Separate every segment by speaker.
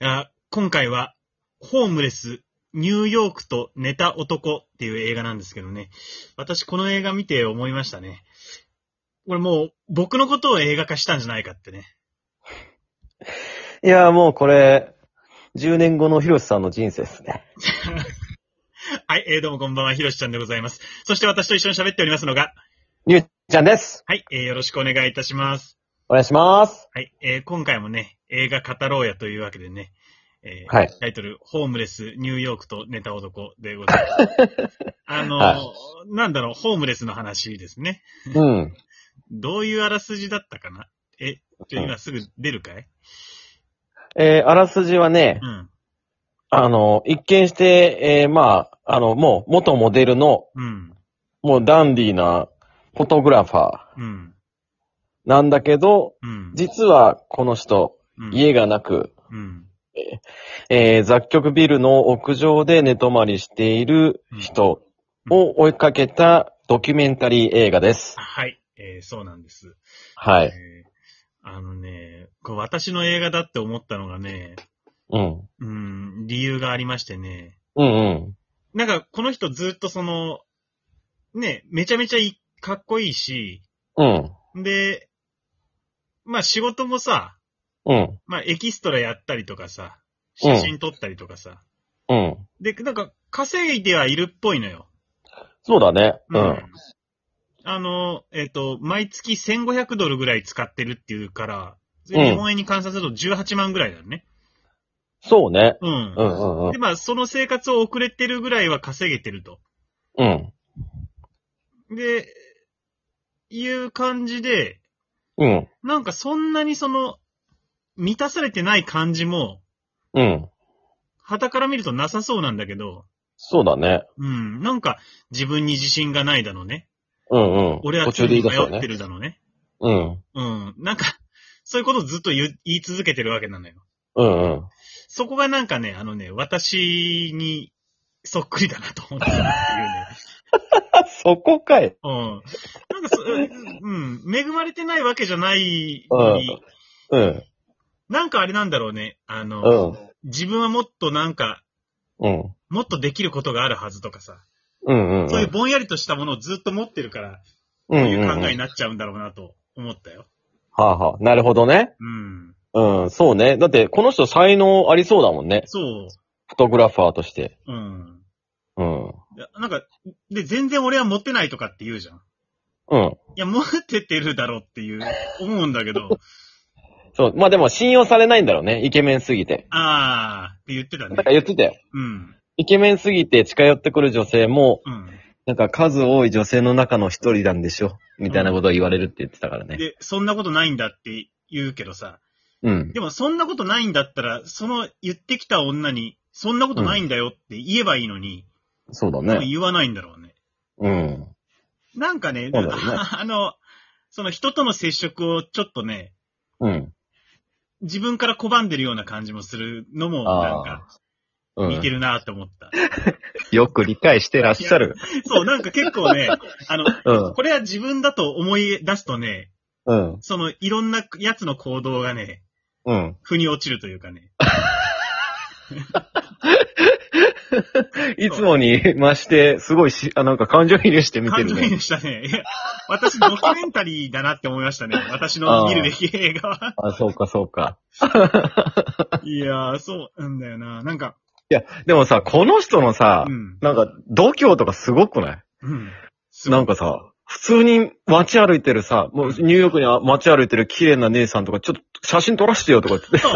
Speaker 1: あ今回は、ホームレス、ニューヨークと寝た男っていう映画なんですけどね。私この映画見て思いましたね。これもう僕のことを映画化したんじゃないかってね。
Speaker 2: いやーもうこれ、10年後のヒロシさんの人生ですね。
Speaker 1: はい、えー、どうもこんばんは、ひろしちゃんでございます。そして私と一緒に喋っておりますのが、
Speaker 2: ニューちゃんです。
Speaker 1: はい、えーよろしくお願いいたします。
Speaker 2: お願いします。
Speaker 1: はい、えー今回もね、映画語ろうやというわけでね、えー
Speaker 2: はい
Speaker 1: タイトル、ホームレス、ニューヨークと寝た男でございます。 あのー
Speaker 2: は
Speaker 1: なんだろう、ホームレスの話ですね。
Speaker 2: うん。
Speaker 1: どういうあらすじだったかなえ、ちょ、今すぐ出るかい
Speaker 2: えー、あらすじはね
Speaker 1: う、ん。
Speaker 2: あの、一見して、えー、まあ、あの、もう、元モデルの、
Speaker 1: うん。
Speaker 2: もうダンディーな、フォトグラファー
Speaker 1: うん。
Speaker 2: なんだけど、
Speaker 1: うん。
Speaker 2: 実はこの人、
Speaker 1: うん、
Speaker 2: 家がなく、
Speaker 1: うん。
Speaker 2: えー、雑居ビルの屋上で寝泊まりしている人を追いかけたドキュメンタリー映画です。
Speaker 1: はい、えーそうなんです。
Speaker 2: はい。
Speaker 1: えーあのね、こう私の映画だって思ったのがね、
Speaker 2: うん。
Speaker 1: うん、理由がありましてね、
Speaker 2: うんうん。
Speaker 1: なんか、この人ずっとその、ね、めちゃめちゃいいかっこいいし、
Speaker 2: うん。
Speaker 1: で、まあ仕事もさ、
Speaker 2: うん。
Speaker 1: まあエキストラやったりとかさ、写真撮ったりとかさ、
Speaker 2: うん。
Speaker 1: で、なんか稼いではいるっぽいのよ。
Speaker 2: そうだね。うん。
Speaker 1: あの、えっ、と、毎月1500ドルぐらい使ってるっていうから、
Speaker 2: うん
Speaker 1: 日本円に換算すると18万ぐらいだよね。
Speaker 2: そうね。
Speaker 1: うん。
Speaker 2: うんうんうん
Speaker 1: で、。まあ、その生活を遅れてるぐらいは稼げてると。
Speaker 2: うん。
Speaker 1: で、いう感じで、
Speaker 2: うん。
Speaker 1: なんかそんなにその、満たされてない感じも、
Speaker 2: うん。
Speaker 1: 旗から見るとなさそうなんだけど、
Speaker 2: そうだね。
Speaker 1: うん、なんか自分に自信がないだのね。
Speaker 2: うんうん。
Speaker 1: 俺は
Speaker 2: 途中で言い出
Speaker 1: 迷
Speaker 2: したよ
Speaker 1: って
Speaker 2: ね。
Speaker 1: るだのね。
Speaker 2: うん。
Speaker 1: うん、なんか、そういうことをずっと言う言い続けてるわけなのよ。
Speaker 2: うんうん。
Speaker 1: そこがなんかね、あのね、私にそっくりだなと思ってた って
Speaker 2: あ、そこかい。
Speaker 1: いうね。うん。なんかそ、うん、うん恵まれてないわけじゃないのに、
Speaker 2: うん。
Speaker 1: なんかあれなんだろうね。あ
Speaker 2: う
Speaker 1: の、
Speaker 2: ん。
Speaker 1: 自分はもっとなんか、
Speaker 2: うん。
Speaker 1: もっとできることがあるはずとかさ、
Speaker 2: うんうん。
Speaker 1: そういうぼんやりとしたものをずっと持ってるから、
Speaker 2: うん
Speaker 1: そう
Speaker 2: うん
Speaker 1: いううん考えになっちゃうんだろうなと思ったよ。
Speaker 2: はあはあ。なるほどね。
Speaker 1: うん。
Speaker 2: うん。そうね。だって、この人才能ありそうだもんね。
Speaker 1: そ
Speaker 2: フォトグラファーとして。
Speaker 1: う。うん。
Speaker 2: うん。
Speaker 1: でなんか、で、全然俺は持ってないとかって言うじゃん。い
Speaker 2: うん。
Speaker 1: や、持っててるだろっていう、思うんだけど、
Speaker 2: そう。まあでも信用されないんだろうね。イケメンすぎて。
Speaker 1: あーって言ってた
Speaker 2: なん
Speaker 1: ね
Speaker 2: か。言ってたよ。
Speaker 1: うん。
Speaker 2: イケメンすぎて近寄ってくる女性も、
Speaker 1: うん。
Speaker 2: なんか数多い女性の中の一人なんでしょみたいなことを言われるって言ってたからね。
Speaker 1: で、そんなことないんだって言うけどさ、
Speaker 2: うん。
Speaker 1: でもそんなことないんだったら、その言ってきた女に、そんなことないんだよって言えばいいのに、
Speaker 2: そうだ
Speaker 1: 多分
Speaker 2: ね。
Speaker 1: 言わないんだろうね。
Speaker 2: うん。
Speaker 1: なんかね、
Speaker 2: そうだよね
Speaker 1: あの、その人との接触をちょっとね、
Speaker 2: うん。
Speaker 1: 自分から拒んでるような感じもするのも、なんか、
Speaker 2: う
Speaker 1: 似て
Speaker 2: ん。
Speaker 1: るなって思った。
Speaker 2: よく理解してらっしゃる。
Speaker 1: そう、なんか結構ね、あの、
Speaker 2: うん。
Speaker 1: これは自分だと思い出すとね、
Speaker 2: うん。
Speaker 1: その、いろんなやつの行動がね、
Speaker 2: うん。
Speaker 1: 腑に落ちるというかね。
Speaker 2: いつもに増して、すごいし、あ、なんか感情移入して見て
Speaker 1: 感
Speaker 2: る
Speaker 1: 情移
Speaker 2: ね。
Speaker 1: 入したね。いや私、ドキュメンタリーだなって思いましたね。私の見るべき映画は。
Speaker 2: あ、そうか、そうか。
Speaker 1: いやー、そうなんだよな。なんか、
Speaker 2: でもさ、この人のさ
Speaker 1: う、ん。
Speaker 2: なんか、度胸とかすごくない
Speaker 1: うん。すごい
Speaker 2: なんかさ、普通に街歩いてるさ、もうニューヨークにあ街歩いてる綺麗な姉さんとか、ちょっと写真撮らしてよとか言って
Speaker 1: そ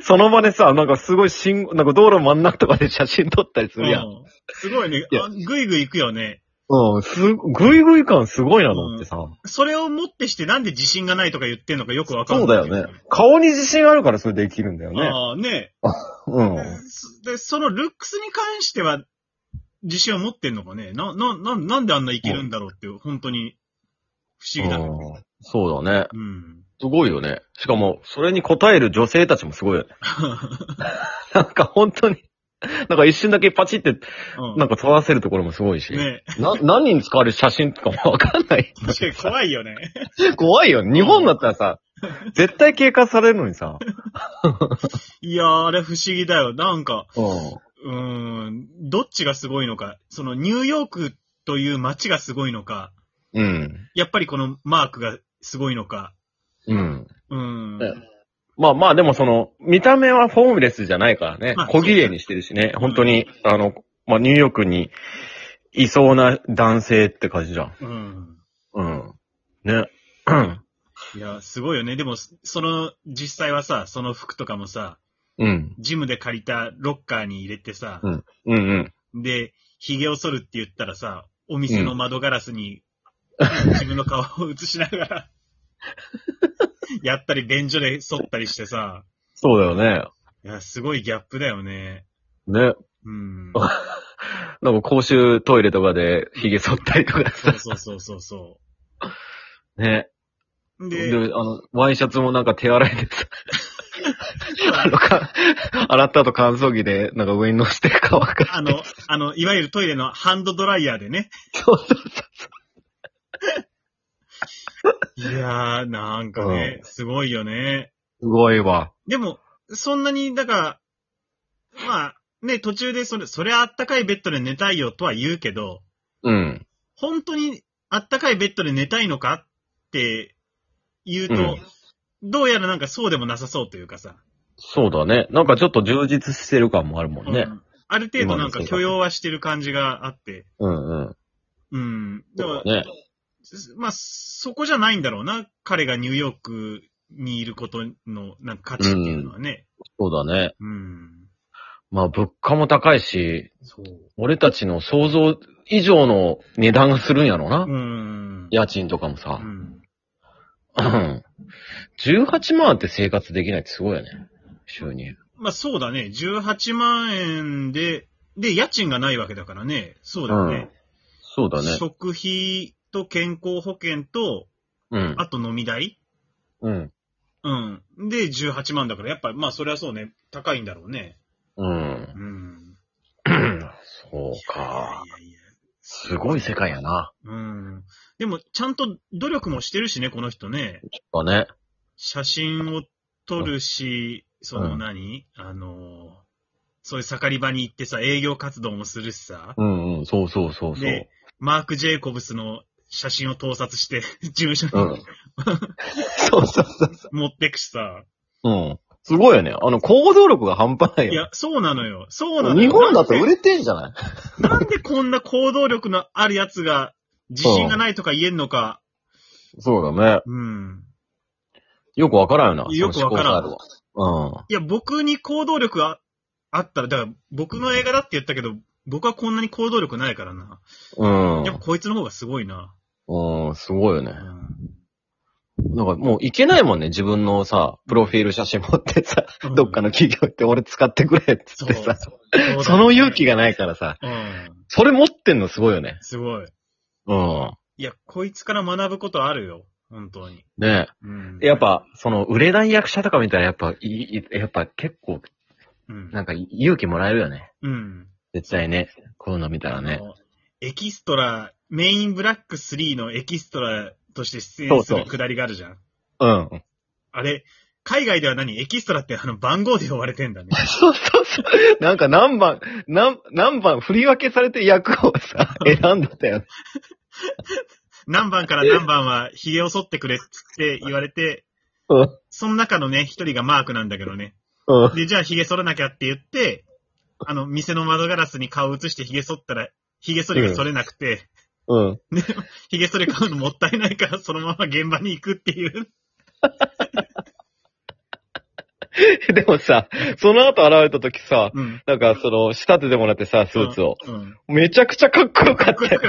Speaker 1: う
Speaker 2: その場でさ、なんかすごい信号、なんか道路真ん中とかで写真撮ったりするやん。
Speaker 1: うんすごいね。
Speaker 2: いや
Speaker 1: あぐいぐい行くよね。
Speaker 2: うん、す、ぐいぐい感すごいなと思ってさ。
Speaker 1: それをもってしてなんで自信がないとか言ってんのかよくわかんな
Speaker 2: そ
Speaker 1: い。
Speaker 2: うだよね。顔に自信あるからそれできるんだよね。
Speaker 1: ああ、ね、
Speaker 2: うん。
Speaker 1: そで、そのルックスに関しては、自信を持ってんのかね。な、な、な、なんであんないけるんだろうっていう、本当に、不思議だ。
Speaker 2: うんそうだね。
Speaker 1: うん。
Speaker 2: すごいよね。しかも、それに応える女性たちもす ごいよね。なんか本当に、なんか一瞬だけパチって、
Speaker 1: うん
Speaker 2: なんか撮らせるところもすごいし。
Speaker 1: ね
Speaker 2: な、何人使われる写真とかもわかん ない。
Speaker 1: 確かに怖いよね。
Speaker 2: 怖いよ。日本だったらさ、絶対警戒されるのにさ。
Speaker 1: いいやー、あれ不思議だよ。なんか、
Speaker 2: うん。
Speaker 1: うーん、どっちがすごいのか、そのニューヨークという街がすごいのか、
Speaker 2: うん。
Speaker 1: やっぱりこのマークがすごいのか、
Speaker 2: うん。
Speaker 1: うーん。
Speaker 2: えまあまあ、でもその、見た目はフォームレスじゃないからね
Speaker 1: まあ。
Speaker 2: 小綺麗にしてるしね。本当に、あの、まあニューヨークにいそうな男性って感じじゃん。
Speaker 1: うん。
Speaker 2: うん。ね。
Speaker 1: いや、すごいよね。でも、そその、実際はさ、その服とかもさ、
Speaker 2: うん。
Speaker 1: ジムで借りたロッカーに入れてさ、
Speaker 2: うんうん。
Speaker 1: で、髭を剃るって言ったらさ、お店の窓ガラスに、自分の顔を映しながら、やったり、便所で剃ったりしてさ、
Speaker 2: そうだよね。
Speaker 1: いや、すごいギャップだよね。
Speaker 2: ね。
Speaker 1: うん。
Speaker 2: なんか公衆トイレとかで髭剃ったりとか
Speaker 1: そ
Speaker 2: さ
Speaker 1: う。そうそうそうそ
Speaker 2: ね。
Speaker 1: う。
Speaker 2: で、
Speaker 1: で、
Speaker 2: あの、ワイシャツもなんか手洗いでさ、あの、か 洗った後乾燥機で、なんか上に乗せて乾かして。
Speaker 1: あの、あの、いわゆるトイレのハンドドライヤーでね。
Speaker 2: そうそう
Speaker 1: いやー、なんかね、すごいよね。
Speaker 2: すごいわ。
Speaker 1: でも、そんなに、だから、まあ、ね、途中でそれ、それあったかいベッドで寝たいよとは言うけど、
Speaker 2: うん。
Speaker 1: 本当にあったかいベッドで寝たいのかって言うと、
Speaker 2: うん
Speaker 1: どうやらなんかそうでもなさそうというかさ。
Speaker 2: そうだね。なんかちょっと充実してる感もあるもんね
Speaker 1: う。んある程度なんか許容はしてる感じがあって。
Speaker 2: うんうん。
Speaker 1: うん。だ
Speaker 2: そう
Speaker 1: か
Speaker 2: だね。
Speaker 1: らまあ、そこじゃないんだろうな。彼がニューヨークにいることの、なんか価値っていうのはね。
Speaker 2: そうだね。
Speaker 1: うん。
Speaker 2: まあ物価も高いし、
Speaker 1: そう。
Speaker 2: 俺たちの想像以上の値段がするんやろな。
Speaker 1: うん。
Speaker 2: 家賃とかもさ
Speaker 1: う。ん。
Speaker 2: うん。18万って生活できないってすごいよね。収入。
Speaker 1: まあそうだね。18万円で、で、家賃がないわけだからね。そうだよね。
Speaker 2: そうだね。
Speaker 1: 食費と健康保険と、
Speaker 2: うん。
Speaker 1: あと飲み代
Speaker 2: うん。
Speaker 1: うん。で、18万だから、やっぱ、まあ、そりゃそうね、高いんだろうね。
Speaker 2: うん。
Speaker 1: うん。
Speaker 2: そうか。
Speaker 1: いやいやいや。
Speaker 2: すごい世界やな。
Speaker 1: うん。でも、ちゃんと努力もしてるしね、この人ね。
Speaker 2: だね。
Speaker 1: 写真を撮るし、その
Speaker 2: うん
Speaker 1: 何、あの、そういう盛り場に行ってさ、営業活動もするしさ。
Speaker 2: うんうん。そうそうそうそう。
Speaker 1: で、マーク・ジェイコブスの写真を盗撮して、 事務所
Speaker 2: う
Speaker 1: に
Speaker 2: ん。そうそうそう。
Speaker 1: 持ってくしさ。
Speaker 2: うん。すごいよね。あの、行動力が半端ない
Speaker 1: い
Speaker 2: よね。
Speaker 1: や、そうなのよ。そうなのよ。
Speaker 2: 日本だと
Speaker 1: なん
Speaker 2: 売
Speaker 1: で
Speaker 2: れてんじゃない
Speaker 1: なんでこんな行動力のあるやつが、自信がないとか言えんのか。
Speaker 2: そうだね。
Speaker 1: うん。
Speaker 2: よくわからんよな。
Speaker 1: よくわからん
Speaker 2: その思考
Speaker 1: いや、僕に行動力があったら、だから僕の映画だって言ったけど、僕はこんなに行動力ないからな。
Speaker 2: 回あ
Speaker 1: や
Speaker 2: る
Speaker 1: っ
Speaker 2: わ
Speaker 1: ぱこいつの方がすごいな。
Speaker 2: うん。うん。すごいよね
Speaker 1: う。ん。
Speaker 2: なんかもういけないもんね。自分のさ、プロフィール写真持ってさ、どっかの企業行って俺使ってくれって
Speaker 1: そう、
Speaker 2: 言ってさ、
Speaker 1: そうだよね
Speaker 2: その勇気。がないからさ、
Speaker 1: うん。
Speaker 2: それ持ってんのすごいよね。
Speaker 1: すごい。
Speaker 2: うん。
Speaker 1: いや、こいつから学ぶことあるよ。本当に。
Speaker 2: ね
Speaker 1: うん。
Speaker 2: やっ、ぱ、その、売れない役者とか見たらやっぱ、いいやっぱ結構、
Speaker 1: うん。
Speaker 2: なんか勇気もらえるよね。
Speaker 1: うん。
Speaker 2: 絶対ね。こういうの見たら
Speaker 1: あ
Speaker 2: ね。
Speaker 1: の。エキストラ、メインブラック3のエキストラとして出演す
Speaker 2: そうそ
Speaker 1: る
Speaker 2: う
Speaker 1: くだりがあるじゃん。
Speaker 2: うん。
Speaker 1: あれ、海外では何エキストラってあの番号で呼ばれてんだね。
Speaker 2: そうそうそう。なんか何番、何、何番振り分けされて役を さ、選んだったよ。
Speaker 1: 何番から何番は髭を剃ってくれっつって言われて、
Speaker 2: うん。
Speaker 1: その中のね、一人がマークなんだけどね。
Speaker 2: うん。
Speaker 1: で、じゃあ髭剃らなきゃって言って、あの、店の窓ガラスに顔映して髭剃ったら、髭剃りが剃れなくて、
Speaker 2: うん。
Speaker 1: 髭剃り買うのもったいないからそのまま現場に行くっていう。
Speaker 2: でもさ、その後現れた時さ、
Speaker 1: うん。
Speaker 2: なんかその、仕立ててもらってさ、スーツを。
Speaker 1: うん。
Speaker 2: めちゃくちゃかっこよかったよ。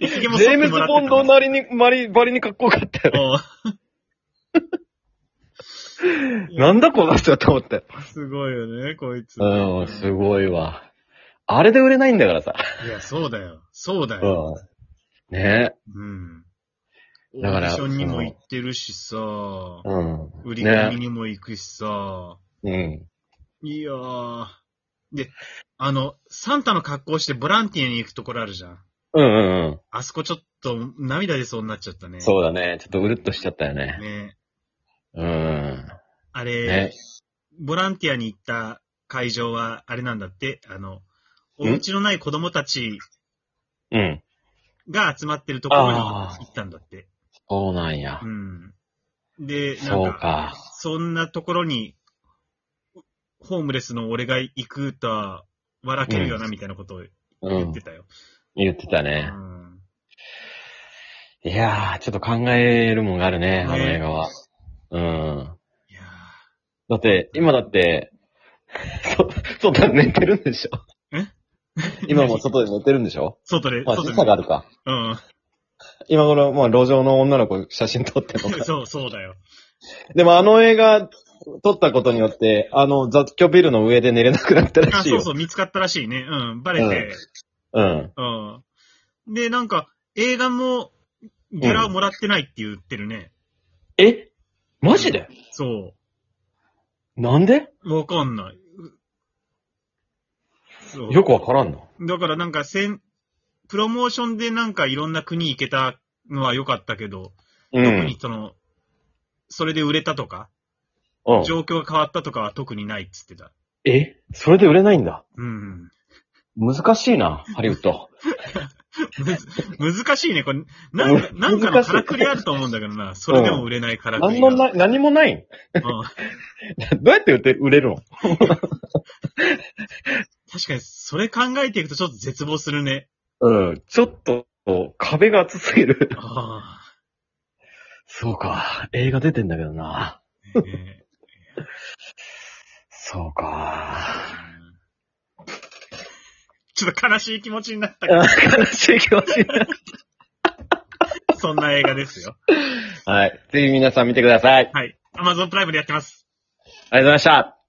Speaker 1: 髭も
Speaker 2: ジ
Speaker 1: 剃っ
Speaker 2: ェー
Speaker 1: て
Speaker 2: ムズ・
Speaker 1: もらって
Speaker 2: ボンドなりに、まり、ばりにかっこよかったよ。
Speaker 1: うん
Speaker 2: なんだこの人と思ったよ。
Speaker 1: すごいよね、こいつ。
Speaker 2: うん、すごいわ。あれで売れないんだからさ。
Speaker 1: いや、そうだよ。そうだよ。
Speaker 2: うん。ね
Speaker 1: うん。
Speaker 2: だから
Speaker 1: オーディションにも行ってるしさ、
Speaker 2: うん。
Speaker 1: 売り込みにも行くしさ、
Speaker 2: うん。
Speaker 1: いやー。で、あの、サンタの格好してボランティアに行くところあるじゃん。
Speaker 2: うんうんうん。
Speaker 1: あそこちょっと涙出そうになっちゃったね。
Speaker 2: そうだね。ちょっとうるっとしちゃったよね。
Speaker 1: ね。
Speaker 2: うん。
Speaker 1: あれ、
Speaker 2: ね。
Speaker 1: ボランティアに行った会場は、あれなんだって、あの、お家のない子供たち
Speaker 2: うん。
Speaker 1: が集まってるところに
Speaker 2: あー
Speaker 1: 行ったんだって。
Speaker 2: そうなんや
Speaker 1: う。ん。で、なん
Speaker 2: そ
Speaker 1: か、
Speaker 2: うか。
Speaker 1: そんなところに、ホームレスの俺が行くとは、笑けるよな、みたいなことを
Speaker 2: う
Speaker 1: 言っ
Speaker 2: ん
Speaker 1: て。たよ。
Speaker 2: 言ってた
Speaker 1: う
Speaker 2: ね。
Speaker 1: ん。
Speaker 2: いやー、ちょっと考えるもんがあるね、
Speaker 1: ね
Speaker 2: あの映画は。うん。
Speaker 1: いや
Speaker 2: だって、今だって、 そ、外で寝てるんでしょ
Speaker 1: ー
Speaker 2: 今も外で寝てるんでしょ
Speaker 1: 外で、
Speaker 2: まあ、
Speaker 1: 外
Speaker 2: 時
Speaker 1: で
Speaker 2: 差があるか。今頃、まあ、路上の女の子写真撮っ てるの
Speaker 1: うん。
Speaker 2: か。
Speaker 1: そう、そうだよ。
Speaker 2: でも、あの映画撮ったことによって、あの、雑居ビルの上で寝れなくなったら
Speaker 1: あ、
Speaker 2: しいよ。
Speaker 1: そうそう、見つかったらしいね。うん、バレて。
Speaker 2: うん。
Speaker 1: うん。で、なんか、映画も、ギャラをもらってないって言ってるね。
Speaker 2: えマジで
Speaker 1: そ
Speaker 2: なんで
Speaker 1: う。わかんない。そう。
Speaker 2: よくわからんの。
Speaker 1: だからなんかせん、プロモーションでなんかいろんな国行けたのは良かったけど、
Speaker 2: う
Speaker 1: 特
Speaker 2: ん
Speaker 1: に。その、それで売れたとか、
Speaker 2: うん
Speaker 1: 状況が変わったとかは特にないっつってた。
Speaker 2: えそれで売れないんだ。
Speaker 1: うん。
Speaker 2: 難しいな、ハリウッド。
Speaker 1: むず難しいね。これ、なんか、
Speaker 2: うん
Speaker 1: なんかのからくりあると思うんだけどな。それでも売れないからくりが。
Speaker 2: 何もない、何もない。
Speaker 1: うん
Speaker 2: どうやって売って売れるの
Speaker 1: 確かに、それ考えていくとちょっと絶望するね。
Speaker 2: うん。ちょっと、壁が厚すぎる。
Speaker 1: あ
Speaker 2: そうか。映画出てんだけどな。
Speaker 1: あ。ね
Speaker 2: そう
Speaker 1: え
Speaker 2: か。
Speaker 1: ちょっと悲しい気持ちになったけ
Speaker 2: 悲しい気持ちになる。
Speaker 1: ど、そんな映画ですよ。
Speaker 2: はい。ぜひ皆さん見てください。
Speaker 1: はい。Amazon プライムでやってます。
Speaker 2: ありがとうございました。